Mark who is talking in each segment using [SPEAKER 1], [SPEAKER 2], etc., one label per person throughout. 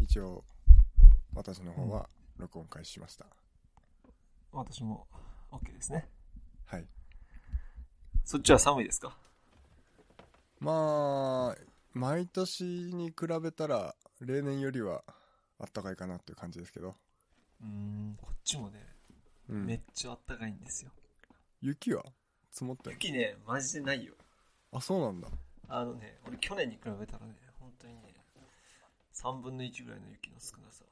[SPEAKER 1] 一応私の方は録音開始しました、
[SPEAKER 2] 私も OK ですね。
[SPEAKER 1] はい
[SPEAKER 2] そっちは寒いですか
[SPEAKER 1] まあ毎年に比べたら例年よりはあったかいかなっていう感じですけど、
[SPEAKER 2] うーん、こっちもね、
[SPEAKER 1] う
[SPEAKER 2] め
[SPEAKER 1] ん
[SPEAKER 2] っ、ちゃあったかいんですよ。
[SPEAKER 1] 雪は積もってんの
[SPEAKER 2] 雪ね、マジでないよ。
[SPEAKER 1] あそうなんだ
[SPEAKER 2] あのね、俺去年に比べたらね、本当にね、3分の1ぐらいの雪の少なさ。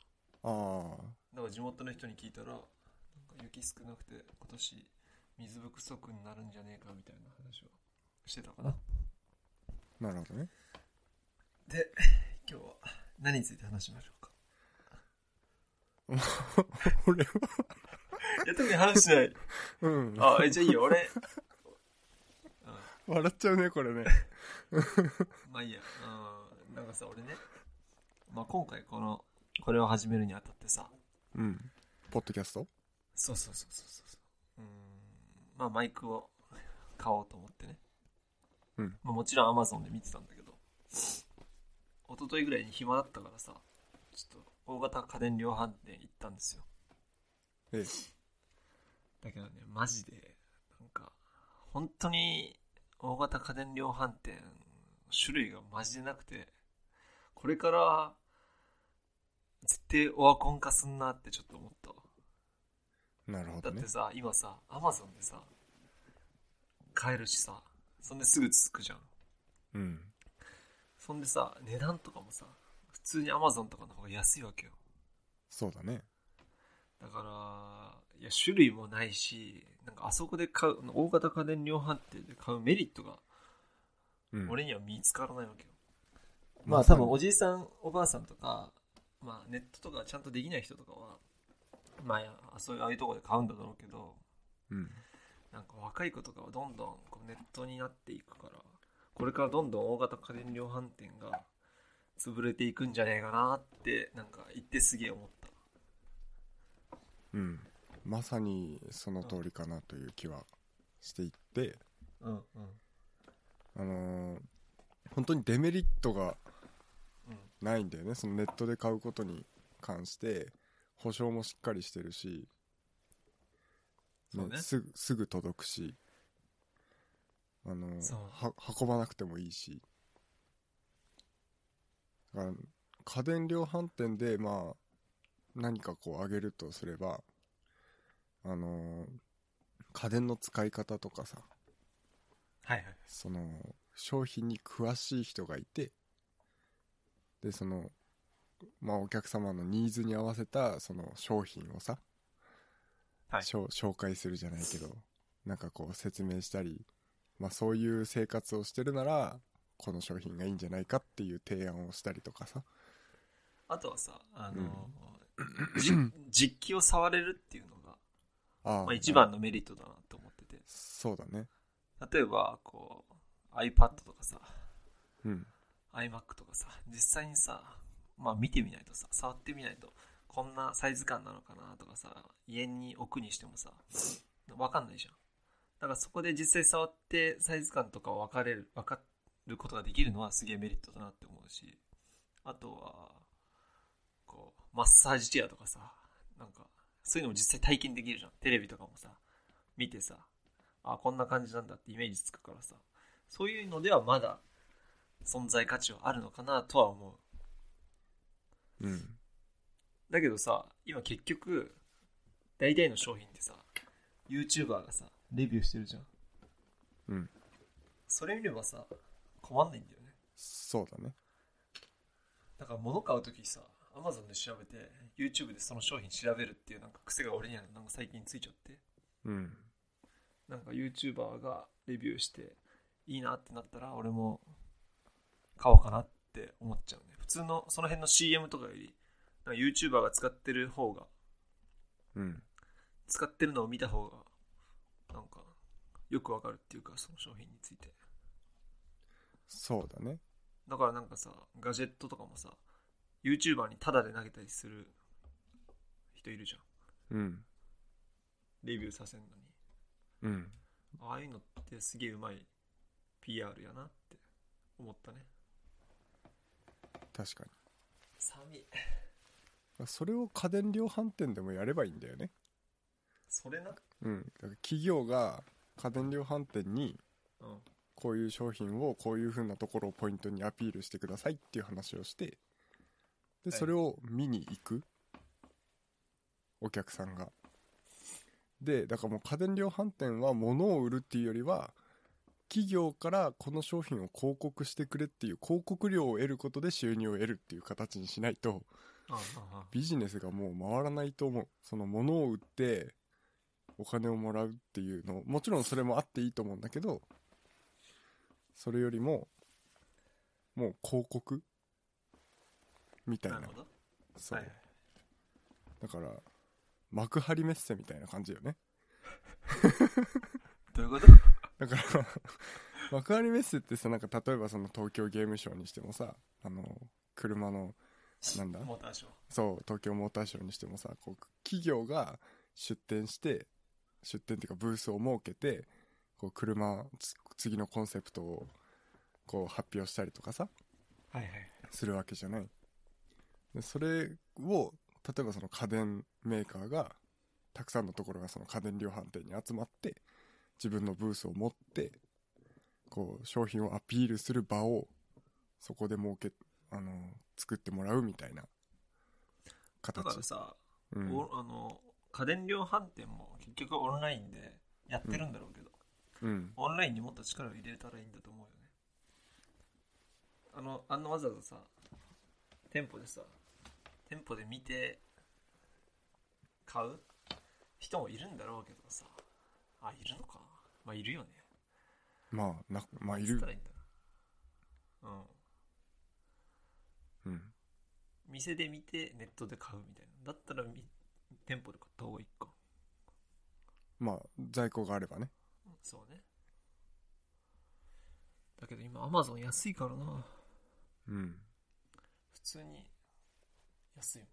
[SPEAKER 1] あ
[SPEAKER 2] だから地元の人に聞いたら、なんか雪少なくて今年水不足になるんじゃねえかみたいな話をしてたかな。
[SPEAKER 1] あなるほどね
[SPEAKER 2] で、今日は何について話しましょうか。
[SPEAKER 1] 俺はい
[SPEAKER 2] や、特に話しない。
[SPEAKER 1] うん
[SPEAKER 2] あ、えじゃあいいよ、俺。うん
[SPEAKER 1] 笑っちゃうねこれ ね
[SPEAKER 2] まあいいや、うん、なんかさ、俺ね、まあ今回この、これを始めるにあたってさ、
[SPEAKER 1] うんポッドキャスト
[SPEAKER 2] そうそうそうそうそうそう、うーん、まあマイクを買おうと思ってね、
[SPEAKER 1] うん
[SPEAKER 2] まあ、もちろん Amazon で見てたんだけど、一昨日ぐらいに暇だったからさ、ちょっと大型家電量販店行ったんですよ。
[SPEAKER 1] ええ
[SPEAKER 2] だけどね、マジで、なんか、本当に大型家電量販店、種類がマジでなくて、これから、絶対オワコン化すんなってちょっと思ったわ。
[SPEAKER 1] なるほど
[SPEAKER 2] だっ
[SPEAKER 1] ね
[SPEAKER 2] てさ、今さ、アマゾンでさ、買えるしさ、そんですぐつくじゃん。
[SPEAKER 1] うん
[SPEAKER 2] そんでさ、値段とかもさ、普通にアマゾンとかの方が安いわけよ。
[SPEAKER 1] そうだね
[SPEAKER 2] だから、いや、種類もないし、なんかあそこで買う、大型家電量販店で買うメリットが、
[SPEAKER 1] うん
[SPEAKER 2] 俺には見つからないわけよ。ま
[SPEAKER 1] ま
[SPEAKER 2] あ
[SPEAKER 1] さ
[SPEAKER 2] 多
[SPEAKER 1] に
[SPEAKER 2] 分おじいさん、おばあさんとか、まあネットとかちゃんとできない人とかは、まあそういう、ああいうとこで買うんだろうけど、
[SPEAKER 1] うん
[SPEAKER 2] なんか若い子とかはどんどんこうネットになっていくから、これからどんどん大型家電量販店が潰れていくんじゃねえかなって、なんか言ってすげえ思った。
[SPEAKER 1] うんまさにその通りかなという気はしていて、
[SPEAKER 2] うんうん。
[SPEAKER 1] あのー本当にデメリットが
[SPEAKER 2] うん。
[SPEAKER 1] ないんだよねそのネットで買うことに関して保証もしっかりしてるし、
[SPEAKER 2] そうね。
[SPEAKER 1] すぐすぐ届くし、あのー
[SPEAKER 2] そう
[SPEAKER 1] は運ばなくてもいいしだから家電量販店で、まあ、何かこう上げるとすれば、あのー家電の使い方とかさ
[SPEAKER 2] はいはい。
[SPEAKER 1] その商品に詳しい人がいてでそのまあお客様のニーズに合わせたその商品をさ、
[SPEAKER 2] はい
[SPEAKER 1] しょ紹介するじゃないけどなんかこう説明したり、まあ、そういう生活をしてるならこの商品がいいんじゃないかっていう提案をしたりとかさ
[SPEAKER 2] あとはさ、あのーじ 実機を触れるっていうのが、
[SPEAKER 1] あー
[SPEAKER 2] まあ一番のメリットだなと思ってて。
[SPEAKER 1] そうだね
[SPEAKER 2] 例えば、こう、iPad とかさ、
[SPEAKER 1] うん
[SPEAKER 2] iMac とかさ、実際にさ、まあ見てみないとさ、触ってみないと、こんなサイズ感なのかなとかさ、家に置くにしてもさ、わかんないじゃん。だからそこで実際触ってサイズ感とか分かれる、分かることができるのはすげえメリットだなって思うし、あとは、こう、マッサージチェアとかさ、なんか、そういうのも実際体験できるじゃん。テレビとかもさ、見てさ、あ、こんな感じなんだってイメージつくからさ、そういうのではまだ存在価値はあるのかなとは思
[SPEAKER 1] うん
[SPEAKER 2] う。だけどさ、今結局、大体の商品ってさ、YouTuber がさ、レビューしてるじゃん。
[SPEAKER 1] うん
[SPEAKER 2] それ見ればさ、困んないんだよね。
[SPEAKER 1] そうだね
[SPEAKER 2] だから物買うときさ、Amazon で調べて、YouTube でその商品調べるっていうなんか癖が俺にはなんか最近ついちゃって、
[SPEAKER 1] うん
[SPEAKER 2] なんか YouTuber がレビューして、いいなってなったら俺も買おうかなって思っちゃうね。普通のその辺の CM とかより、なんか YouTuber が使ってる方が
[SPEAKER 1] うん
[SPEAKER 2] 使ってるのを見た方がなんかよくわかるっていうかその商品について
[SPEAKER 1] そうだね
[SPEAKER 2] だからなんかさガジェットとかもさ YouTuber にタダで投げたりする人いるじゃん
[SPEAKER 1] うん
[SPEAKER 2] レビューさせんのに
[SPEAKER 1] うん
[SPEAKER 2] ああいうのってすげえうまい PR やなって思ったね
[SPEAKER 1] 確かに
[SPEAKER 2] 寒い
[SPEAKER 1] それを家電量販店でもやればいいんだよね。
[SPEAKER 2] それな。
[SPEAKER 1] うん。だから企業が家電量販店に
[SPEAKER 2] うん。
[SPEAKER 1] こういう商品をこういう風なところをポイントにアピールしてくださいっていう話をして、で、
[SPEAKER 2] はい
[SPEAKER 1] それを見に行く。お客さんが。で、だからもう家電量販店は物を売るっていうよりは、企業からこの商品を広告してくれっていう広告料を得ることで収入を得るっていう形にしないと、
[SPEAKER 2] ああ、あ
[SPEAKER 1] ビジネスがもう回らないと思う。その物を売ってお金をもらうっていうの、もちろんそれもあっていいと思うんだけど、それよりも、もう広告みた
[SPEAKER 2] あ
[SPEAKER 1] いな
[SPEAKER 2] な。るほど。
[SPEAKER 1] そう、
[SPEAKER 2] はいはい
[SPEAKER 1] だから、幕張メッセみたいな感じよね。
[SPEAKER 2] どういうことは
[SPEAKER 1] だから 幕張メッセってさ、なんか例えばその東京ゲームショウにしてもさ、あの、車の、なんだ
[SPEAKER 2] モーターショー。
[SPEAKER 1] そう、東京モーターショーにしてもさ、こう、企業が出店して、出店っていうかブースを設けて、こう、車、つ次のコンセプトを、こう、発表したりとかさ、
[SPEAKER 2] はいはい。
[SPEAKER 1] するわけじゃない。でそれを、例えばその家電メーカーが、たくさんのところがその家電量販店に集まって、自分のブースを持って、こう、商品をアピールする場を、そこで設け、あの、作ってもらうみたいな
[SPEAKER 2] だ
[SPEAKER 1] 形。
[SPEAKER 2] からさ、
[SPEAKER 1] うん、
[SPEAKER 2] おあの、家電量販店も結局オンラインでやってるんだろうけど、
[SPEAKER 1] うん。
[SPEAKER 2] オンラインにもっと力を入れたらいいんだと思うよね。あの、あんなわざわざさ、店舗でさ、店舗で見て、買う人もいるんだろうけどさ、あ、いるのかまあ、いるよね。
[SPEAKER 1] まあ、な、まあ、い
[SPEAKER 2] つっ
[SPEAKER 1] る
[SPEAKER 2] た。らいいんだなうん。
[SPEAKER 1] うん。
[SPEAKER 2] 店で見てネットで買うみたいなだったらみ店舗で買った方がいいか
[SPEAKER 1] まあ、在庫があればね。
[SPEAKER 2] うんそうねだけど今アマゾン安いからな
[SPEAKER 1] うん。
[SPEAKER 2] 普通に安いもん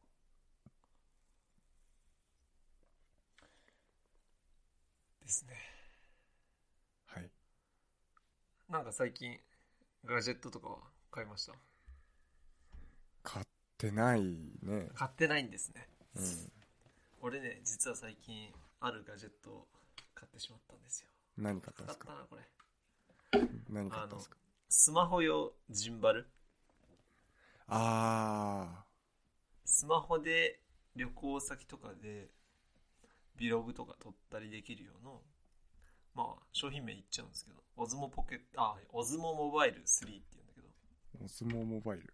[SPEAKER 2] ですね
[SPEAKER 1] はい。
[SPEAKER 2] なんか最近ガジェットとかは買いました
[SPEAKER 1] 買ってないね。
[SPEAKER 2] 買ってないんですね
[SPEAKER 1] うん。
[SPEAKER 2] 俺ね実は最近あるガジェットを買ってしまったんですよ
[SPEAKER 1] 何買ったんで
[SPEAKER 2] 高かっ
[SPEAKER 1] すか
[SPEAKER 2] たなこれ
[SPEAKER 1] 何買ったんですか
[SPEAKER 2] スマホ用ジンバル
[SPEAKER 1] あ
[SPEAKER 2] スマホで旅行先とかでビログとか撮ったりできるようなまあ商品名言っちゃうんですけどオズモポケットあオズモモバイル3って言うんだけど
[SPEAKER 1] ー、お相撲モバイル。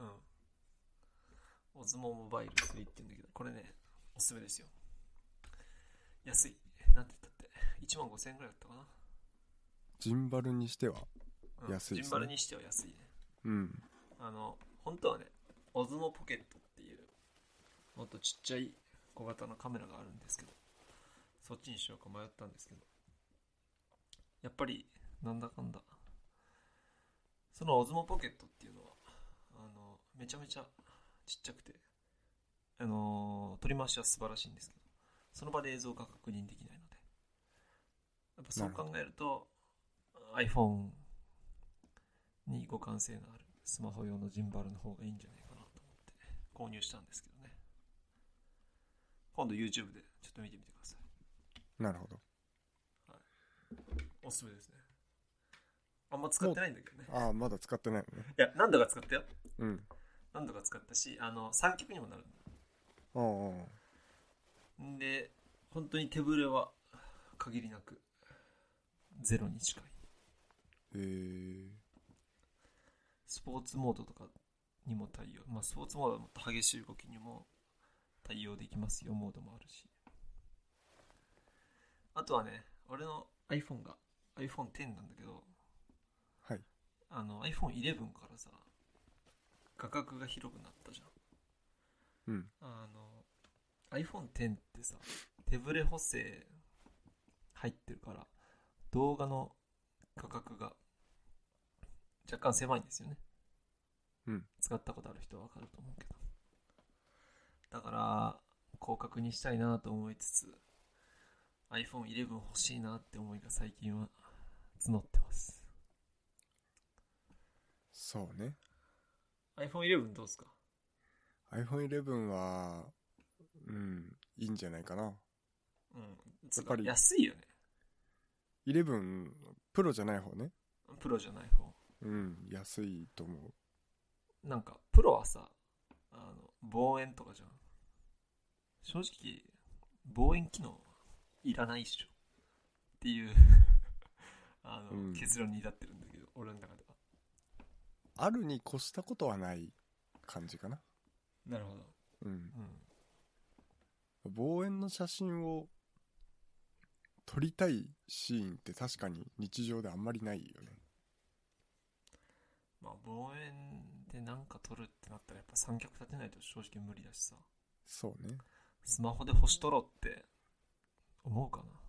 [SPEAKER 2] うんオズモモバイル3って言うんだけどこれねおすすめですよ安いなんて言ったって1万5000円ぐらいだったか
[SPEAKER 1] ジンバルにしては。
[SPEAKER 2] な、うん
[SPEAKER 1] 安いですね
[SPEAKER 2] ジンバルにしては安いね
[SPEAKER 1] うん。
[SPEAKER 2] あの本当はねオズモポケットっていうもっとちっちゃい小型のカメラがあるんですけどそっちにしようか迷ったんですけどやっぱりなんだかんだそのオズモポケットっていうのはあのめちゃめちゃちっちゃくてあの取り回しは素晴らしいんですけどその場で映像が確認できないのでやっぱそう考えると iPhone に互換性のあるスマホ用のジンバルの方がいいんじゃないかなと思って購入したんですけどね今度 YouTube でちょっと見てみてください
[SPEAKER 1] なるほど。
[SPEAKER 2] おすすめですねあんま使ってないんだけどね
[SPEAKER 1] ああ、まだ使ってないのね。
[SPEAKER 2] いや何度か使ったよ
[SPEAKER 1] うん。
[SPEAKER 2] 何度か使ったしあの三脚にもなる
[SPEAKER 1] ああ、
[SPEAKER 2] んで本当に手ぶれは限りなくゼロに近い
[SPEAKER 1] えー、
[SPEAKER 2] スポーツモードとかにも対応、まあ、スポーツモードはもっと激しい動きにも対応できますよモードもあるしあとはね俺の iPhone が iPhone10 なんだけど
[SPEAKER 1] はい。
[SPEAKER 2] あの iPhone11 からさ画角が広くなったじゃん
[SPEAKER 1] うん。
[SPEAKER 2] あの iPhone10 ってさ手ブレ補正入ってるから動画の価格が若干狭いんですよね
[SPEAKER 1] うん
[SPEAKER 2] 使ったことある人は分かると思うけどだから広角にしたいなと思いつつ iPhone11 欲しいなって思いが最近は募ってます
[SPEAKER 1] そうね。
[SPEAKER 2] iPhone11 どうですか
[SPEAKER 1] iPhone11 は、うん、いいんじゃないかな。
[SPEAKER 2] うん。
[SPEAKER 1] やっぱり
[SPEAKER 2] 安いよね。
[SPEAKER 1] 11、プロじゃない方ね。
[SPEAKER 2] プロじゃない方。
[SPEAKER 1] うん、安いと思う。
[SPEAKER 2] なんか、プロはさ、あの、望遠とかじゃん。正直、望遠機能いらないっしょ。っていう、 あの、
[SPEAKER 1] うん
[SPEAKER 2] 結論に至ってるんだけど、俺の中では。
[SPEAKER 1] あるに越したことはない感じかな。
[SPEAKER 2] なるほど。
[SPEAKER 1] うん。
[SPEAKER 2] うん。
[SPEAKER 1] 望遠の写真を撮りたいシーンって確かに日常であんまりないよね。
[SPEAKER 2] まあ、望遠でなんか撮るってなったら、やっぱ三脚立てないと正直無理だしさ。
[SPEAKER 1] そうね。
[SPEAKER 2] スマホで星撮ろうって、思うかな。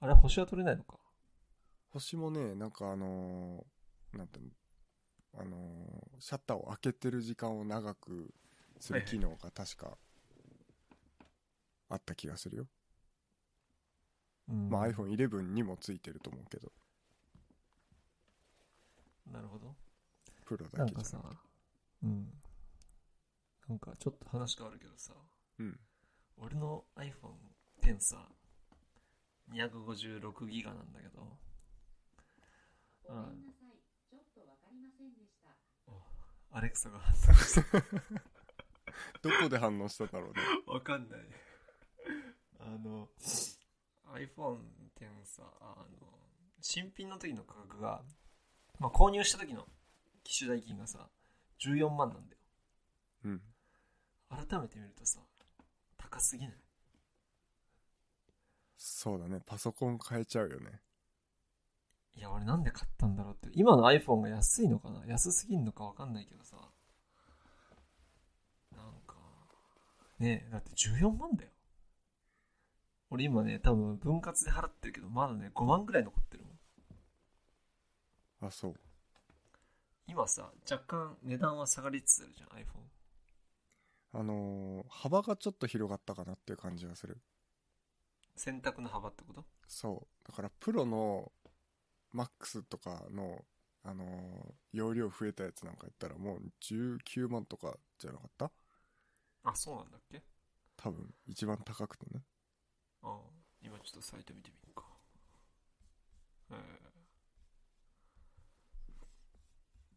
[SPEAKER 2] あれ、星は撮れないのか。
[SPEAKER 1] 星もね、なんかあのーなんていうのあのーシャッターを開けてる時間を長くする機能が確かあった気がするよ。
[SPEAKER 2] うん
[SPEAKER 1] まあ iPhone11 にもついてると思うけど、
[SPEAKER 2] なるほど。
[SPEAKER 1] プロだ
[SPEAKER 2] なん
[SPEAKER 1] け
[SPEAKER 2] か
[SPEAKER 1] じゃ
[SPEAKER 2] さ
[SPEAKER 1] なくて。、
[SPEAKER 2] うん。なんかちょっと話変わるけどさ、
[SPEAKER 1] うん。
[SPEAKER 2] 俺の iPhone X さ、256ギガなんだけど、
[SPEAKER 3] ごめんなさい。ちょっとわかりませんでした。
[SPEAKER 2] アレクサが
[SPEAKER 1] どこで反応しただろうね。
[SPEAKER 2] わかんない。あの、iPhone X さ、あの、新品の時の価格が、まあ、購入した時の機種代金がさ、14万なんだよ。
[SPEAKER 1] うん。
[SPEAKER 2] 改めて見るとさ、高すぎない
[SPEAKER 1] そうだね。パソコン変えちゃうよね。
[SPEAKER 2] いや、俺なんで買ったんだろうって。今の iPhone が安いのかな安すぎんのかわかんないけどさ。なんか、ねえ、だって14万だよ。俺今ね、多分分割で払ってるけど、まだね、5万ぐらい残ってるもん。
[SPEAKER 1] あ、そう。
[SPEAKER 2] 今さ、若干値段は下がりつつあるじゃん、iPhone。
[SPEAKER 1] あのー幅がちょっと広がったかなっていう感じがする。
[SPEAKER 2] 選択の幅ってこと
[SPEAKER 1] そう。だから、プロの MAX とかの、あのー容量増えたやつなんかやったらもう19万とかじゃなかった
[SPEAKER 2] あ、そうなんだっけ
[SPEAKER 1] 多分、一番高くてね。
[SPEAKER 2] ああ、今ちょっとサイト見てみるか。えーうーん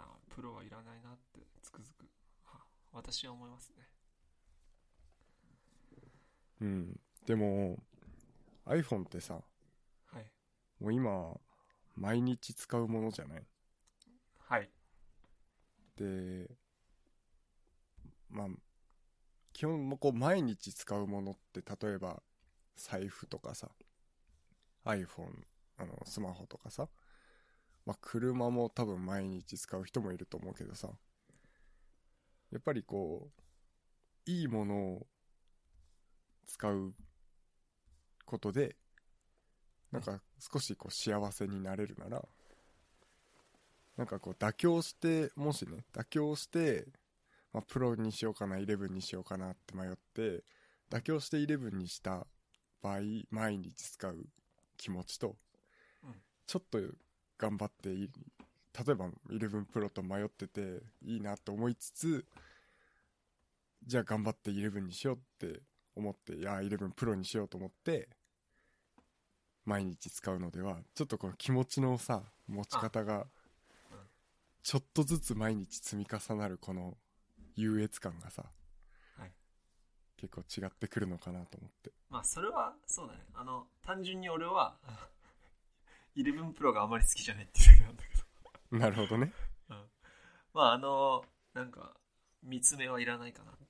[SPEAKER 2] あプロはいらないなってつくづくは私は思いますね
[SPEAKER 1] うん。でも、iPhone ってさ、
[SPEAKER 2] はい
[SPEAKER 1] もう今、毎日使うものじゃない
[SPEAKER 2] はい
[SPEAKER 1] で、まあ、基本もこう毎日使うものって例えば財布とかさ iPhone あのスマホとかさ、まあ、車も多分毎日使う人もいると思うけどさやっぱりこういいものを使うことでなんか少しこう幸せになれるならなんかこう妥協してもしね妥協して、まあ、プロにしようかな11にしようかなって迷って妥協して11にした場合毎日使う気持ちと、
[SPEAKER 2] うん
[SPEAKER 1] ちょっと頑張ってい例えば11プロと迷ってていいなと思いつつじゃあ頑張って11にしようって思っていや11プロにしようと思って毎日使うのではちょっとこの気持ちのさ持ち方が
[SPEAKER 2] うん
[SPEAKER 1] ちょっとずつ毎日積み重なるこの優越感がさ
[SPEAKER 2] はい
[SPEAKER 1] 結構違ってくるのかなと思って
[SPEAKER 2] まあそれはそうだねあの単純に俺は 11プロがあまり好きじゃないっていうだけなんだけど
[SPEAKER 1] なるほどね
[SPEAKER 2] まああのなんか見つめはいらないかなって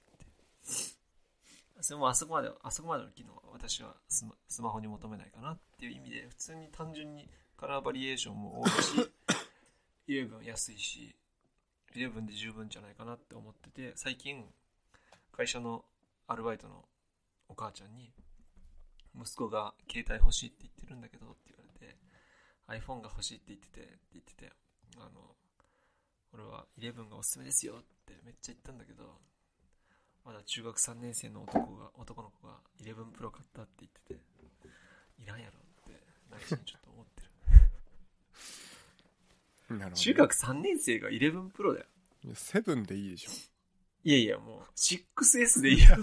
[SPEAKER 2] それもあそこまであそこまでの機能は私はスマスマホに求めないかなっていう意味で普通に単純にカラーバリエーションも多いし 11安いし11で十分じゃないかなって思ってて最近会社のアルバイトのお母ちゃんに息子が携帯欲しいって言ってるんだけどって言われて iPhone が欲しいって言っててって言っててあの俺は11がおすすめですよってめっちゃ言ったんだけどまだ中学3年生の男が男の子が11プロ買ったって言ってていらんやろって内心ちょっと思ってる
[SPEAKER 1] うなるほど
[SPEAKER 2] 中学3年生が11プロだよ。
[SPEAKER 1] いやセブンでいいでしょ
[SPEAKER 2] いやいや、もう、6S でいいよ。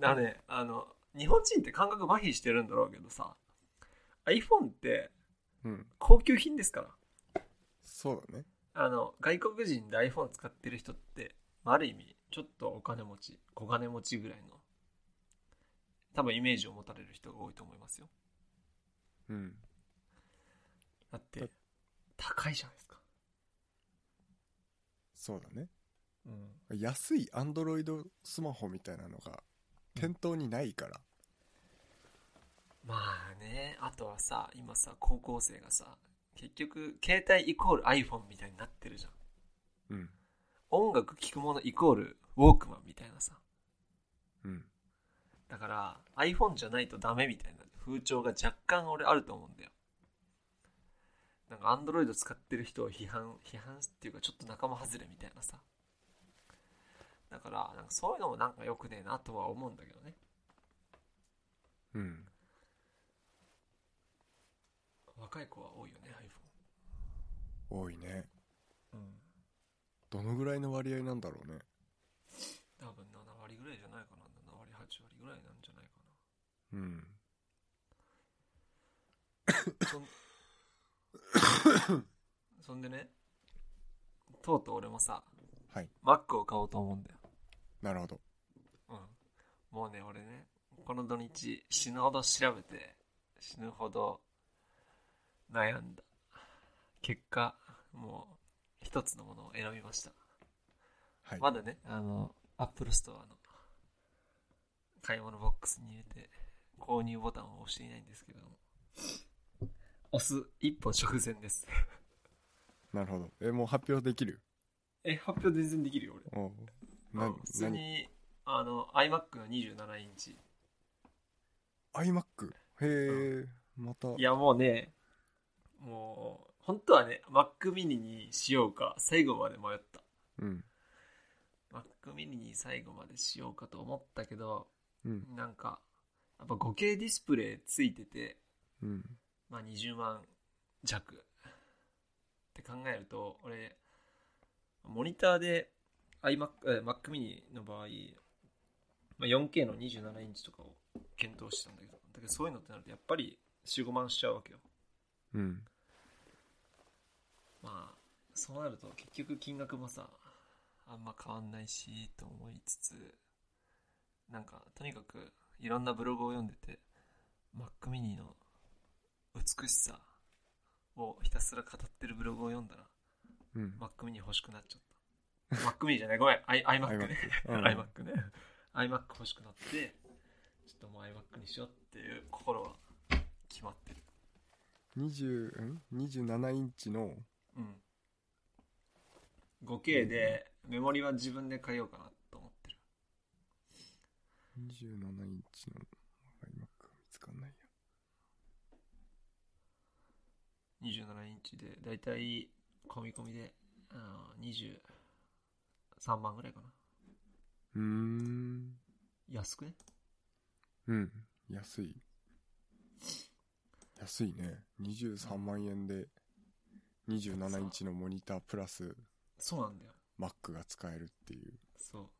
[SPEAKER 2] だね、あの、日本人って感覚麻痺してるんだろうけどさ、iPhone って
[SPEAKER 1] うん
[SPEAKER 2] 高級品ですから。
[SPEAKER 1] そうだね
[SPEAKER 2] あの、外国人で iPhone 使ってる人って、まあある意味、ちょっとお金持ち、小金持ちぐらいの、多分イメージを持たれる人が多いと思いますよ。
[SPEAKER 1] うん
[SPEAKER 2] だっ
[SPEAKER 1] だ
[SPEAKER 2] て、高いじゃないですか。
[SPEAKER 1] そうだね
[SPEAKER 2] うん。
[SPEAKER 1] 安いアンドロイドスマホみたいなのが店頭にないから、
[SPEAKER 2] まあね、あとはさ、今さ、高校生がさ、結局、携帯イコール iPhone みたいになってるじゃん。
[SPEAKER 1] うん
[SPEAKER 2] 音楽聴くものイコールウォークマンみたいなさ。
[SPEAKER 1] うん
[SPEAKER 2] だから、iPhone じゃないとダメみたいな風潮が若干俺あると思うんだよ。なんか、Android 使ってる人を批判、批判っていうか、ちょっと仲間外れみたいなさ。だから、なんかそういうのもなんか良くねえなとは思うんだけどね。
[SPEAKER 1] うん
[SPEAKER 2] 若い子は多いよね、iPhone。
[SPEAKER 1] 多いね
[SPEAKER 2] うん。
[SPEAKER 1] どのぐらいの割合なんだろうね
[SPEAKER 2] 多分7割ぐらいじゃないかな。7割、8割ぐらいなんじゃないかな。
[SPEAKER 1] うん
[SPEAKER 2] そんそんでね、とうとう俺もさ、
[SPEAKER 1] はい
[SPEAKER 2] Mac を買おうと思うんだよ。
[SPEAKER 1] なるほど
[SPEAKER 2] うん。もうね、俺ね、この土日死ぬほど調べて、死ぬほど悩んだ。結果、もう一つのものを選びました。
[SPEAKER 1] はい、
[SPEAKER 2] まだね、あの、Apple Store の買い物ボックスに入れて、購入ボタンを押していないんですけれども、押す一歩直前です。
[SPEAKER 1] なるほどえもう発表できる
[SPEAKER 2] え、発表全然できるよ、俺。
[SPEAKER 1] おう
[SPEAKER 2] う
[SPEAKER 1] なん
[SPEAKER 2] 普通
[SPEAKER 1] 何
[SPEAKER 2] に、あの、iMac の27インチ。
[SPEAKER 1] iMac へえまた
[SPEAKER 2] いや、もうね、もう、本当はね、Mac mini にしようか、最後まで迷った。
[SPEAKER 1] うん、
[SPEAKER 2] Mac mini に最後までしようかと思ったけど、
[SPEAKER 1] うん
[SPEAKER 2] なんか、やっぱ 5K ディスプレイついてて、
[SPEAKER 1] うん
[SPEAKER 2] まあ20万弱。って考えると、俺、モニターで iMac、え Mac mini の場合、まあ、4K の27インチとかを検討してたんだけど、だけどそういうのってなるとやっぱり4、5万しちゃうわけよ。
[SPEAKER 1] うん
[SPEAKER 2] まあ、そうなると結局金額もさ、あんま変わんないし、と思いつつ、なんか、とにかくいろんなブログを読んでて、Mac mini の美しさをひたすら語ってるブログを読んだら、
[SPEAKER 1] うん、
[SPEAKER 2] Mac mini 欲しくなっちゃった。Mac mini じゃない、ごめん、I- iMac ね。
[SPEAKER 1] iMac うん
[SPEAKER 2] iMac ね。iMac 欲しくなって、ちょっともう iMac にしようっていう心は決まってる。
[SPEAKER 1] 20ん27インチの
[SPEAKER 2] うん。5K で、メモリは自分で変えようかなと思ってる。
[SPEAKER 1] 27インチの iMac 見つかんないや
[SPEAKER 2] 27インチで、だいたい、込み込みで、あー23万ぐらいかな。
[SPEAKER 1] うーん
[SPEAKER 2] 安くね
[SPEAKER 1] うん安い安いね23万円で27インチのモニタープラス
[SPEAKER 2] そうなんだよ。
[SPEAKER 1] Mac が使えるっていう
[SPEAKER 2] そう。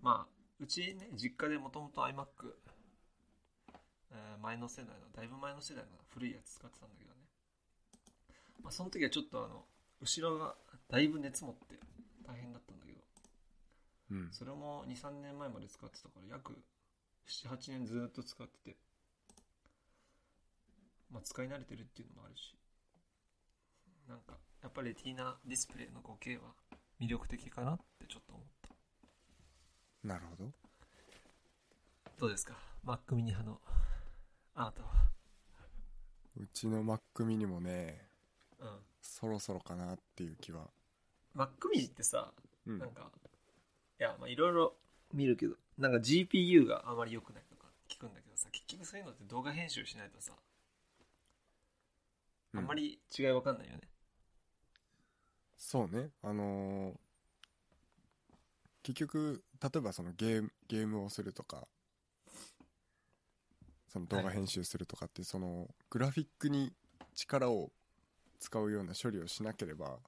[SPEAKER 2] まあ、うちね、実家でもともと iMac、えー前の世代の、だいぶ前の世代の古いやつ使ってたんだけどね。まあ、その時はちょっとあの、後ろがだいぶ熱持って大変だったんだけど、
[SPEAKER 1] うん
[SPEAKER 2] それも2、3年前まで使ってたから、約7、8年ずっと使ってて、まあ、使い慣れてるっていうのもあるし、なんか、やっぱりレティーナディスプレイの 5K は魅力的かなってちょっと思った。
[SPEAKER 1] なるほど
[SPEAKER 2] どうですか ?Mac mini 派の、あなたは。
[SPEAKER 1] うちの Mac mini もね
[SPEAKER 2] うん。
[SPEAKER 1] そろそろかなっていう気は
[SPEAKER 2] Mac mini ってさ、
[SPEAKER 1] うん
[SPEAKER 2] なんか、いや、まあいろいろ見るけど、なんか GPU があまり良くないとか聞くんだけどさ、結局そういうのって動画編集しないとさ、あんま
[SPEAKER 1] うん
[SPEAKER 2] り違いわかんないよね。
[SPEAKER 1] そうねあのー結局例えばそのゲームゲームをするとかその動画編集するとかってそのグラフィックに力を使うような処理をしなければ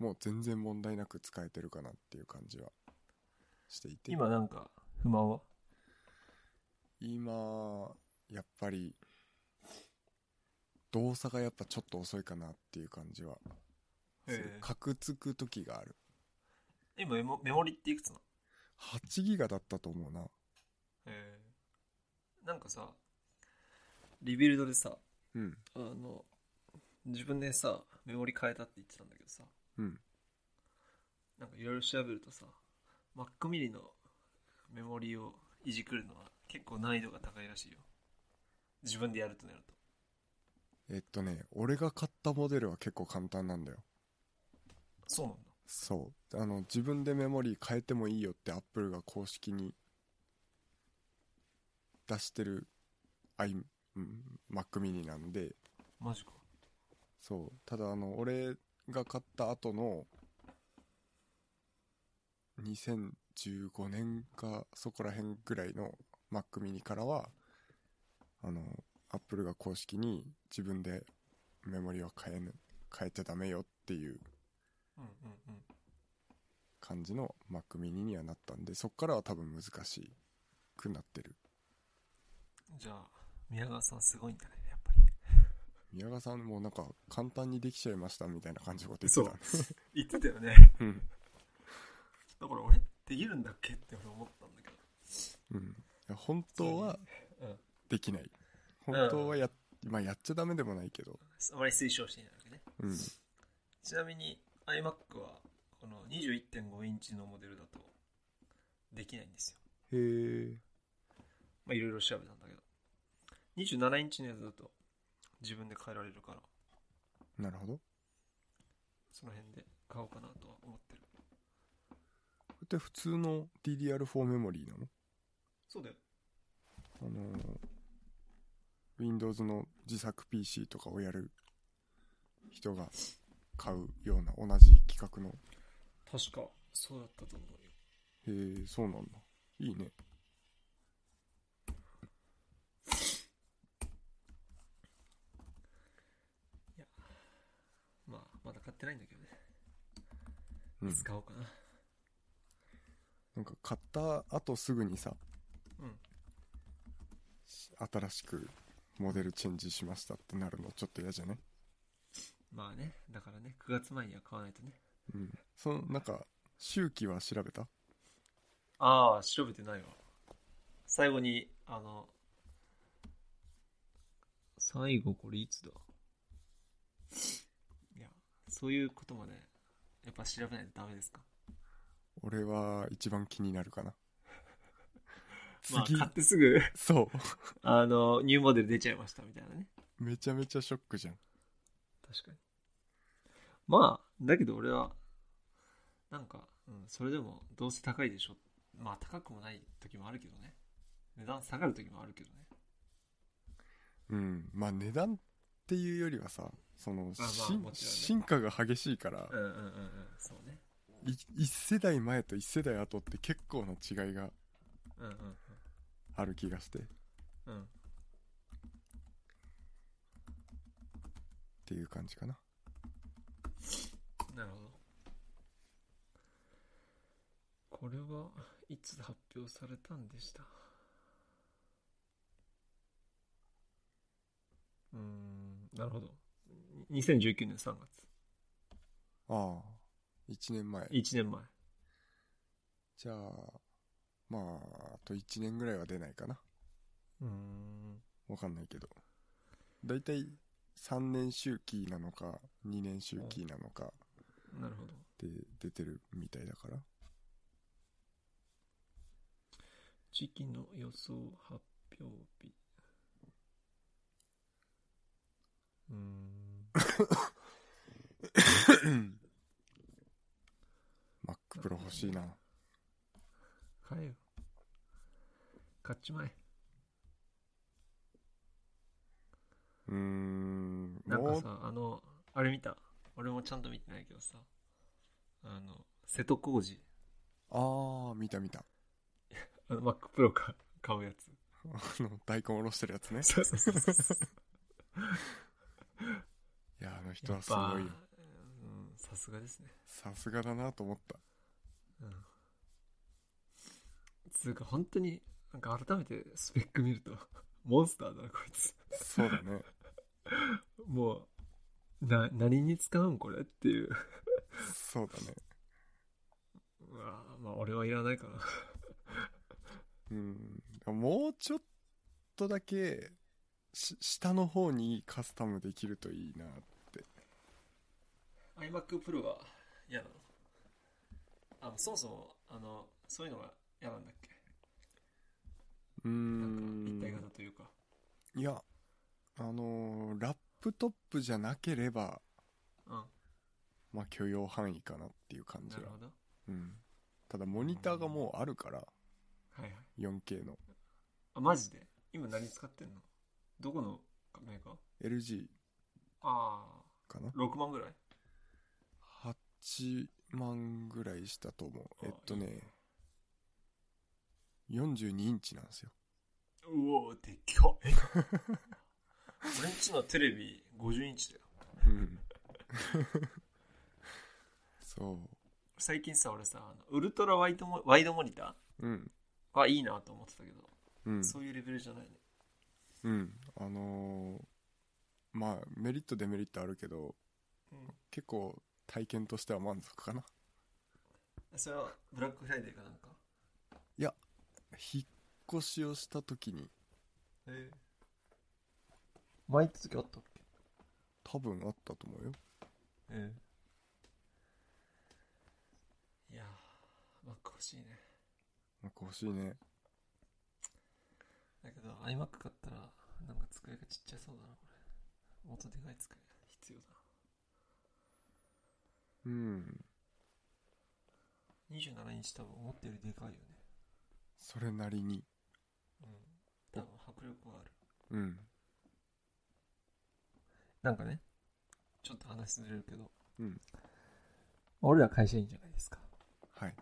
[SPEAKER 1] もう全然問題なく使えてるかなっていう感じはしていて
[SPEAKER 2] 今なんか不満は
[SPEAKER 1] 今やっぱり動作がやっぱちょっと遅いかなっていう感じはする
[SPEAKER 2] ええ
[SPEAKER 1] かくつく時がある
[SPEAKER 2] 今メモメモリっていくつなの
[SPEAKER 1] 8ギガだったと思うな
[SPEAKER 2] えーなんかさリビルドでさ
[SPEAKER 1] うん
[SPEAKER 2] あの自分でさメモリ変えたって言ってたんだけどさ
[SPEAKER 1] うん
[SPEAKER 2] なんかいろいろ調べるとさ Mac mini のメモリをいじくるのは結構難易度が高いらしいよ自分でやるとなると
[SPEAKER 1] えっとね俺が買ったモデルは結構簡単なんだよ
[SPEAKER 2] そうなんだ
[SPEAKER 1] そうあの自分でメモリー変えてもいいよってアップルが公式に出してる i Mac mini なんで
[SPEAKER 2] マジか
[SPEAKER 1] そうただあの俺が買った後の2015年かそこら辺ぐらいの Mac mini からはあのアップルが公式に自分でメモリーは変えぬ変えちゃダメよっていう
[SPEAKER 2] うんうんうん
[SPEAKER 1] 感じの Mac mini にはなったんでそっからは多分難しくなってる
[SPEAKER 2] じゃあ宮川さんすごいんだねやっぱり
[SPEAKER 1] 宮川さんもなんか簡単にできちゃいましたみたいな感じのこと言
[SPEAKER 2] そ
[SPEAKER 1] っ
[SPEAKER 2] う
[SPEAKER 1] て
[SPEAKER 2] 言ってたよね
[SPEAKER 1] たうん、
[SPEAKER 2] だから俺できるんだっけって俺思ったんだけど
[SPEAKER 1] うん、いや本当は
[SPEAKER 2] うん
[SPEAKER 1] できない本当はや,、まあ、やっちゃダメでもないけど、
[SPEAKER 2] あまり推奨していないわけね
[SPEAKER 1] うん、
[SPEAKER 2] ちなみに iMac はこの21.5インチのモデルだとできないんですよ
[SPEAKER 1] へえ
[SPEAKER 2] まあいろいろ調べたんだけど27インチのやつだと自分で変えられるから
[SPEAKER 1] なるほどこ
[SPEAKER 2] その辺で買おうかなとは思ってる
[SPEAKER 1] れって普通の DDR4 メモリーなの
[SPEAKER 2] そうだよ
[SPEAKER 1] あのー Windows の自作 PC とかをやる人が買うような同じ規格の
[SPEAKER 2] 確かそうだったと思うよ
[SPEAKER 1] へえそうなんだいいね
[SPEAKER 2] まあまだ買ってないんだけどね、
[SPEAKER 1] うん
[SPEAKER 2] いつ買おうかな
[SPEAKER 1] なんか買った後すぐにさ
[SPEAKER 2] うん
[SPEAKER 1] 新しくモデルチェンジしましたってなるのちょっと嫌じゃね
[SPEAKER 2] まあねだからね9月前には買わないとね
[SPEAKER 1] うんそのなんか周期は調べた
[SPEAKER 2] ああ調べてないわ最後にあの最後これいつだいやそういうことまでやっぱ調べないとダメですか
[SPEAKER 1] 俺は一番気になるかな
[SPEAKER 2] ま
[SPEAKER 1] 次、
[SPEAKER 2] あ買ってす ぐ
[SPEAKER 1] そ
[SPEAKER 2] あのニューモデル出ちゃいましたみたいなね
[SPEAKER 1] う めちゃめちゃショックじゃん
[SPEAKER 2] 確かにまあだけど俺はなんか、うん、それでもどうせ高いでしょまあ高くもない時もあるけどね値段下がる時もあるけどね
[SPEAKER 1] うんまあ値段っていうよりはさその、
[SPEAKER 2] まあ
[SPEAKER 1] 進
[SPEAKER 2] もちろんね
[SPEAKER 1] 進化が激しいから、
[SPEAKER 2] うんうんうんうんそうね
[SPEAKER 1] い一世代前と一世代後って結構な違いが
[SPEAKER 2] うんうん
[SPEAKER 1] ある気がしてっ
[SPEAKER 2] うんうん
[SPEAKER 1] ていう感じかな
[SPEAKER 2] なるほど。これはいつ発表されたんでしたうーん、なるほど。2019年3月。
[SPEAKER 1] ああ1年前
[SPEAKER 2] 1年前。
[SPEAKER 1] じゃあ、まあ、あと1年ぐらいは出ないかな。
[SPEAKER 2] うーん。
[SPEAKER 1] わかんないけど。だいたい3年周期なのか、2年周期なのか
[SPEAKER 2] なるほど。
[SPEAKER 1] で出てるみたいだから。
[SPEAKER 2] 時期の予想発表日。うーん。
[SPEAKER 1] Mac Pro 欲しいな。
[SPEAKER 2] 買えよ。買っちまえ。
[SPEAKER 1] うーん、
[SPEAKER 2] なんか
[SPEAKER 1] もう、
[SPEAKER 2] さ、あの、あれ見た。俺もちゃんと見てないけどさ、あの、瀬戸康史、
[SPEAKER 1] あー、見た見た。
[SPEAKER 2] あの、Mac Pro か買うやつ。
[SPEAKER 1] あの、大根おろしてるやつね。
[SPEAKER 2] そうそうそうそう。
[SPEAKER 1] いやあの人
[SPEAKER 2] や
[SPEAKER 1] は
[SPEAKER 2] っ
[SPEAKER 1] すご
[SPEAKER 2] ぱ、う
[SPEAKER 1] いよ
[SPEAKER 2] ん、さすがですね。
[SPEAKER 1] さすがだなと思った
[SPEAKER 2] うん。つうか、本当に、なんか改めてスペック見ると、 モンスターだな、こいつ。
[SPEAKER 1] そうだね
[SPEAKER 2] もう、な、何に使うんこれっていう。
[SPEAKER 1] そうだね
[SPEAKER 2] うわまあ、俺はいらないかな。
[SPEAKER 1] うんもうちょっとだけし下の方にカスタムできるといいな
[SPEAKER 2] iMac Pro は嫌なのあのそもそもあのそういうのが嫌なんだっけ
[SPEAKER 1] うー
[SPEAKER 2] なんか一
[SPEAKER 1] ん
[SPEAKER 2] 体型というか
[SPEAKER 1] いやあのーラップトップじゃなければ
[SPEAKER 2] うん
[SPEAKER 1] まあ許容範囲かなっていう感じ
[SPEAKER 2] なる
[SPEAKER 1] は
[SPEAKER 2] ほどは
[SPEAKER 1] うんただモニターがもうあるから
[SPEAKER 2] いはい
[SPEAKER 1] 4K の
[SPEAKER 2] あマジで今何使ってんのどこのメーカー
[SPEAKER 1] LG
[SPEAKER 2] あ
[SPEAKER 1] かな
[SPEAKER 2] あ6万ぐらい
[SPEAKER 1] 8万ぐらいしたと思う
[SPEAKER 2] あ
[SPEAKER 1] えっとね42インチなんですよ
[SPEAKER 2] うおーでっかっ 俺んちのテレビ50インチだよ
[SPEAKER 1] うん そ
[SPEAKER 2] 最近さ俺さあのウルトラワイドモワイドモニタ
[SPEAKER 1] ううん
[SPEAKER 2] ーはいいなと思ってたけど、
[SPEAKER 1] うん
[SPEAKER 2] そういうレベルじゃないね
[SPEAKER 1] うんあのーまあメリットデメリットあるけど
[SPEAKER 2] うん
[SPEAKER 1] 結構体験としては満足かな
[SPEAKER 2] それはブラックフライデーかなんか
[SPEAKER 1] 引っ越しをした時に
[SPEAKER 2] え前行った時あったっけ
[SPEAKER 1] 多分あったと思うよ
[SPEAKER 2] えいやー Mac 欲しいね
[SPEAKER 1] なんか欲しいね
[SPEAKER 2] だけど iMac 買ったらなんか机がちっちゃそうだなこれもっとでかい机必要だ
[SPEAKER 1] うん
[SPEAKER 2] な27インチ多分思ったよりでかいよね
[SPEAKER 1] それなりに
[SPEAKER 2] うん多分迫力はある
[SPEAKER 1] うん
[SPEAKER 2] なんかねちょっと話ずれるけど
[SPEAKER 1] うん
[SPEAKER 2] 俺ら会社員じゃないですか
[SPEAKER 1] はい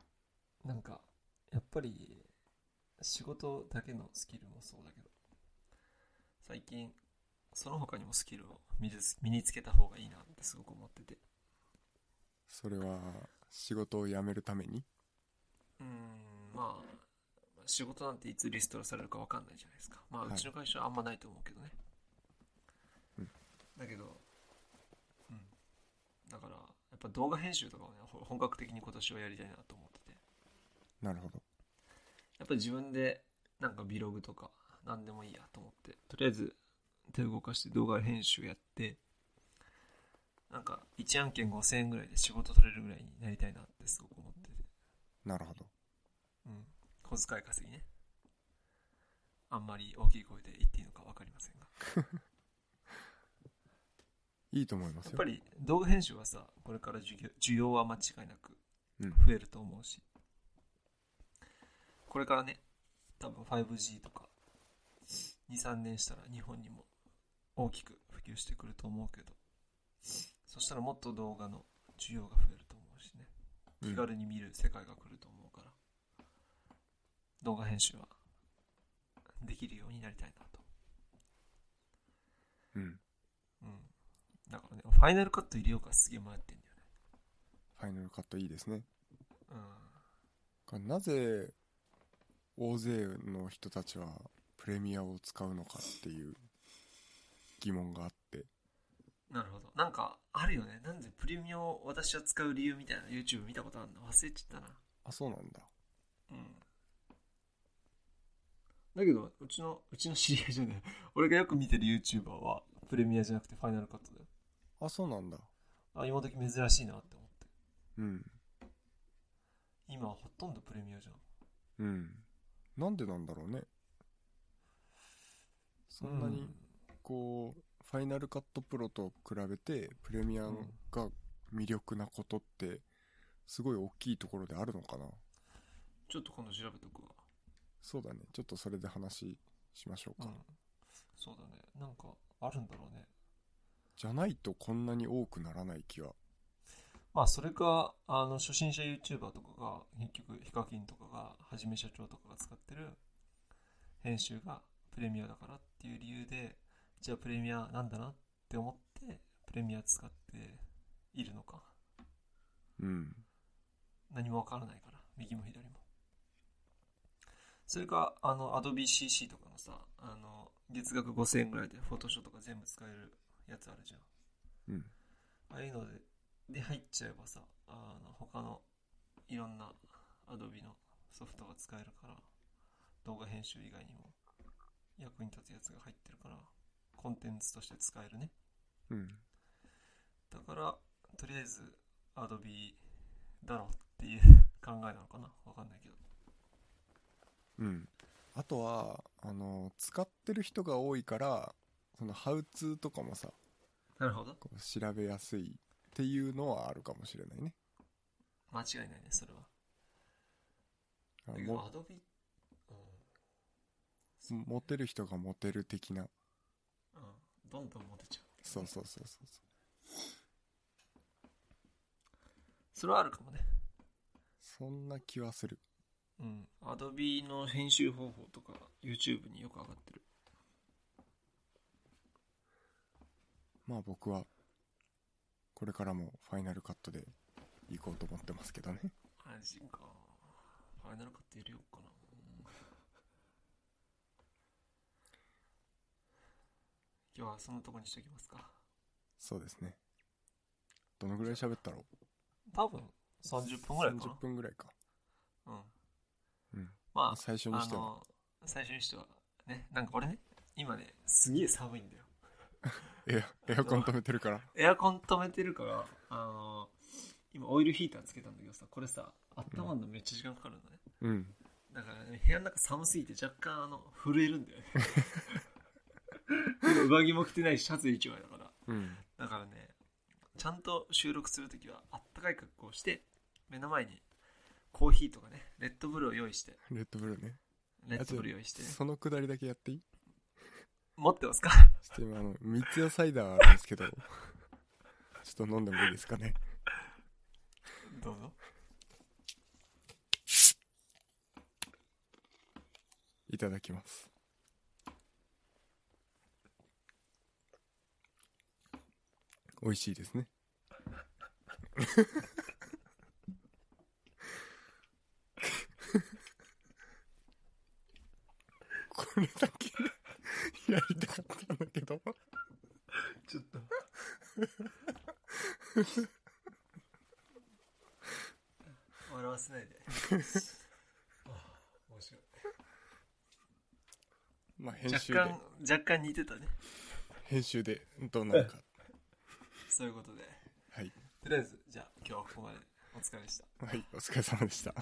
[SPEAKER 2] なんかやっぱり仕事だけのスキルもそうだけど最近その他にもスキルを身につ身につけた方がいいなってすごく思ってて
[SPEAKER 1] それは仕事を辞めるために
[SPEAKER 2] うーんまあ仕事なんていつリストラされるか分かんないじゃないですかまあ
[SPEAKER 1] はいう
[SPEAKER 2] ちの会社はあんまないと思うけどね、
[SPEAKER 1] うん
[SPEAKER 2] だけどうんだからやっぱ動画編集とかをねほ本格的に今年はやりたいなと思ってて
[SPEAKER 1] なるほど
[SPEAKER 2] やっぱり自分でなんかビログとか何でもいいやと思ってとりあえず手動かして動画編集やってなんか1案件5000円ぐらいで仕事取れるぐらいになりたいなってすごく思ってて、
[SPEAKER 1] なるほど
[SPEAKER 2] うん、小遣い稼ぎねあんまり大きい声で言っていいのか分かりませんが
[SPEAKER 1] いいと思います
[SPEAKER 2] や
[SPEAKER 1] よ
[SPEAKER 2] っぱり動画編集はさこれから需要需要は間違いなく
[SPEAKER 1] うん
[SPEAKER 2] 増えると思うし、これからね多分 5G とか23年したら日本にも大きく普及してくると思うけどそしたらもっと動画の需要が増えると思うしね
[SPEAKER 1] うん
[SPEAKER 2] 気軽に見る世界が来ると思うから、動画編集はできるようになりたいなと
[SPEAKER 1] うん
[SPEAKER 2] うんだからねファイナルカット入れようかすげえ迷ってんだよね
[SPEAKER 1] ファイナルカットいいですね
[SPEAKER 2] うん
[SPEAKER 1] これなぜ大勢の人たちはプレミアを使うのかっていう疑問があって
[SPEAKER 2] なるほど。なんか、あるよね。なんでプレミアを私は使う理由みたいな YouTube 見たことあるの忘れちゃったな。
[SPEAKER 1] あそうなんだ
[SPEAKER 2] うん。だけど、うちの、うちの知り合いじゃない。俺がよく見てる YouTuber は、プレミアじゃなくてファイナルカットだよ。
[SPEAKER 1] あそうなんだ
[SPEAKER 2] あ、今時珍しいなって思って。
[SPEAKER 1] うん
[SPEAKER 2] 今はほとんどプレミアじゃん。
[SPEAKER 1] うんなんでなんだろうねそんなにこうファイナルカットプロと比べてプレミアが魅力なことってすごい大きいところであるのかな
[SPEAKER 2] ちょっと今度調べとくわ。
[SPEAKER 1] そうだねちょっとそれで話しましょう
[SPEAKER 2] う
[SPEAKER 1] か、
[SPEAKER 2] ん。そうだね。なんか、あるんだろうね。
[SPEAKER 1] じゃないとこんなに多くならない気は
[SPEAKER 2] まあ、それか、あの、初心者 YouTuber とかが、結局、ヒカキンとかが、はじめ社長とかが使ってる編集がプレミアだからっていう理由で、じゃあプレミアなんだなって思っしてプレミア使っているのか
[SPEAKER 1] うん。
[SPEAKER 2] 何もわからないから右も左もそれかあの AdobeCC とかのさあの月額5000円ぐらいで Photoshop とか全部使えるやつあるじゃん
[SPEAKER 1] うん。
[SPEAKER 2] ああいうのでで入っちゃえばさあの他のいろんな Adobe のソフトが使えるから動画編集以外にも役に立つやつが入ってるからコンテンツとして使えるね
[SPEAKER 1] うん。
[SPEAKER 2] だからとりあえず Adobe だろっていう 考えなのかなわかんないけど
[SPEAKER 1] うん。あとは、あの、使ってる人が多いから、その、ハウツーとかもさ、
[SPEAKER 2] なるほど
[SPEAKER 1] こう調べやすいっていうのはあるかもしれないね。
[SPEAKER 2] 間違いないねそれは
[SPEAKER 1] あ
[SPEAKER 2] だけど
[SPEAKER 1] も
[SPEAKER 2] Adobe うん
[SPEAKER 1] モテる人がモテる的な。
[SPEAKER 2] うんどんどんモテちゃう
[SPEAKER 1] そうそうそうそうそう。
[SPEAKER 2] それはあるかもね
[SPEAKER 1] そんな気はする。
[SPEAKER 2] うん、Adobe の編集方法とか YouTube によく上がってる。
[SPEAKER 1] まあ僕は、これからもファイナルカットで行こうと思ってますけどね。
[SPEAKER 2] マジか。ファイナルカット入れようかな。うん今日はそのとこにしておきますか。
[SPEAKER 1] そうですね。どのぐらい喋ったろう
[SPEAKER 2] 多分30分ぐらいか
[SPEAKER 1] ?30 分ぐらいか。
[SPEAKER 2] な。うん。
[SPEAKER 1] うん。
[SPEAKER 2] まあ、
[SPEAKER 1] 最初に
[SPEAKER 2] あ
[SPEAKER 1] しては。
[SPEAKER 2] の、最初にしては、ね、なんか俺ね、今ね、すげえ寒いんだよ。
[SPEAKER 1] エアエアコン止めてるから。
[SPEAKER 2] エアコン止めてるから、あの今オイルヒーターつけたんだけどさ、これさ、温まるのめっちゃ時間かかるんだね。
[SPEAKER 1] うん。
[SPEAKER 2] だからね、部屋の中寒すぎて若干あの震えるん だよね。でも上着も着てないし、シャツ一枚だから。
[SPEAKER 1] うん。
[SPEAKER 2] だからね、ちゃんと収録するときはあったかい格好をして、目の前にコーヒーとかね、レッドブルを用意して、
[SPEAKER 1] レッドブルーね。
[SPEAKER 2] レッドブル用意して、
[SPEAKER 1] そのくだりだけやっていい
[SPEAKER 2] 持ってますか
[SPEAKER 1] ちょっと今、あの、三ツ矢サイダーあるんですけど、ち ょっと飲んでもいいですかね。
[SPEAKER 2] どうぞ。
[SPEAKER 1] いただきます。美味しいですね。これだけやりたかったんだけど。
[SPEAKER 2] ちょっと。笑わせないで。 ああ面白い。
[SPEAKER 1] まあ編集で
[SPEAKER 2] 若、干、若干似てたね。
[SPEAKER 1] 編集でどうなるか。
[SPEAKER 2] そういうことで。
[SPEAKER 1] はい。
[SPEAKER 2] とりあえず、じゃあ今日はここまでお疲れでした。
[SPEAKER 1] はい、お疲れ様でした。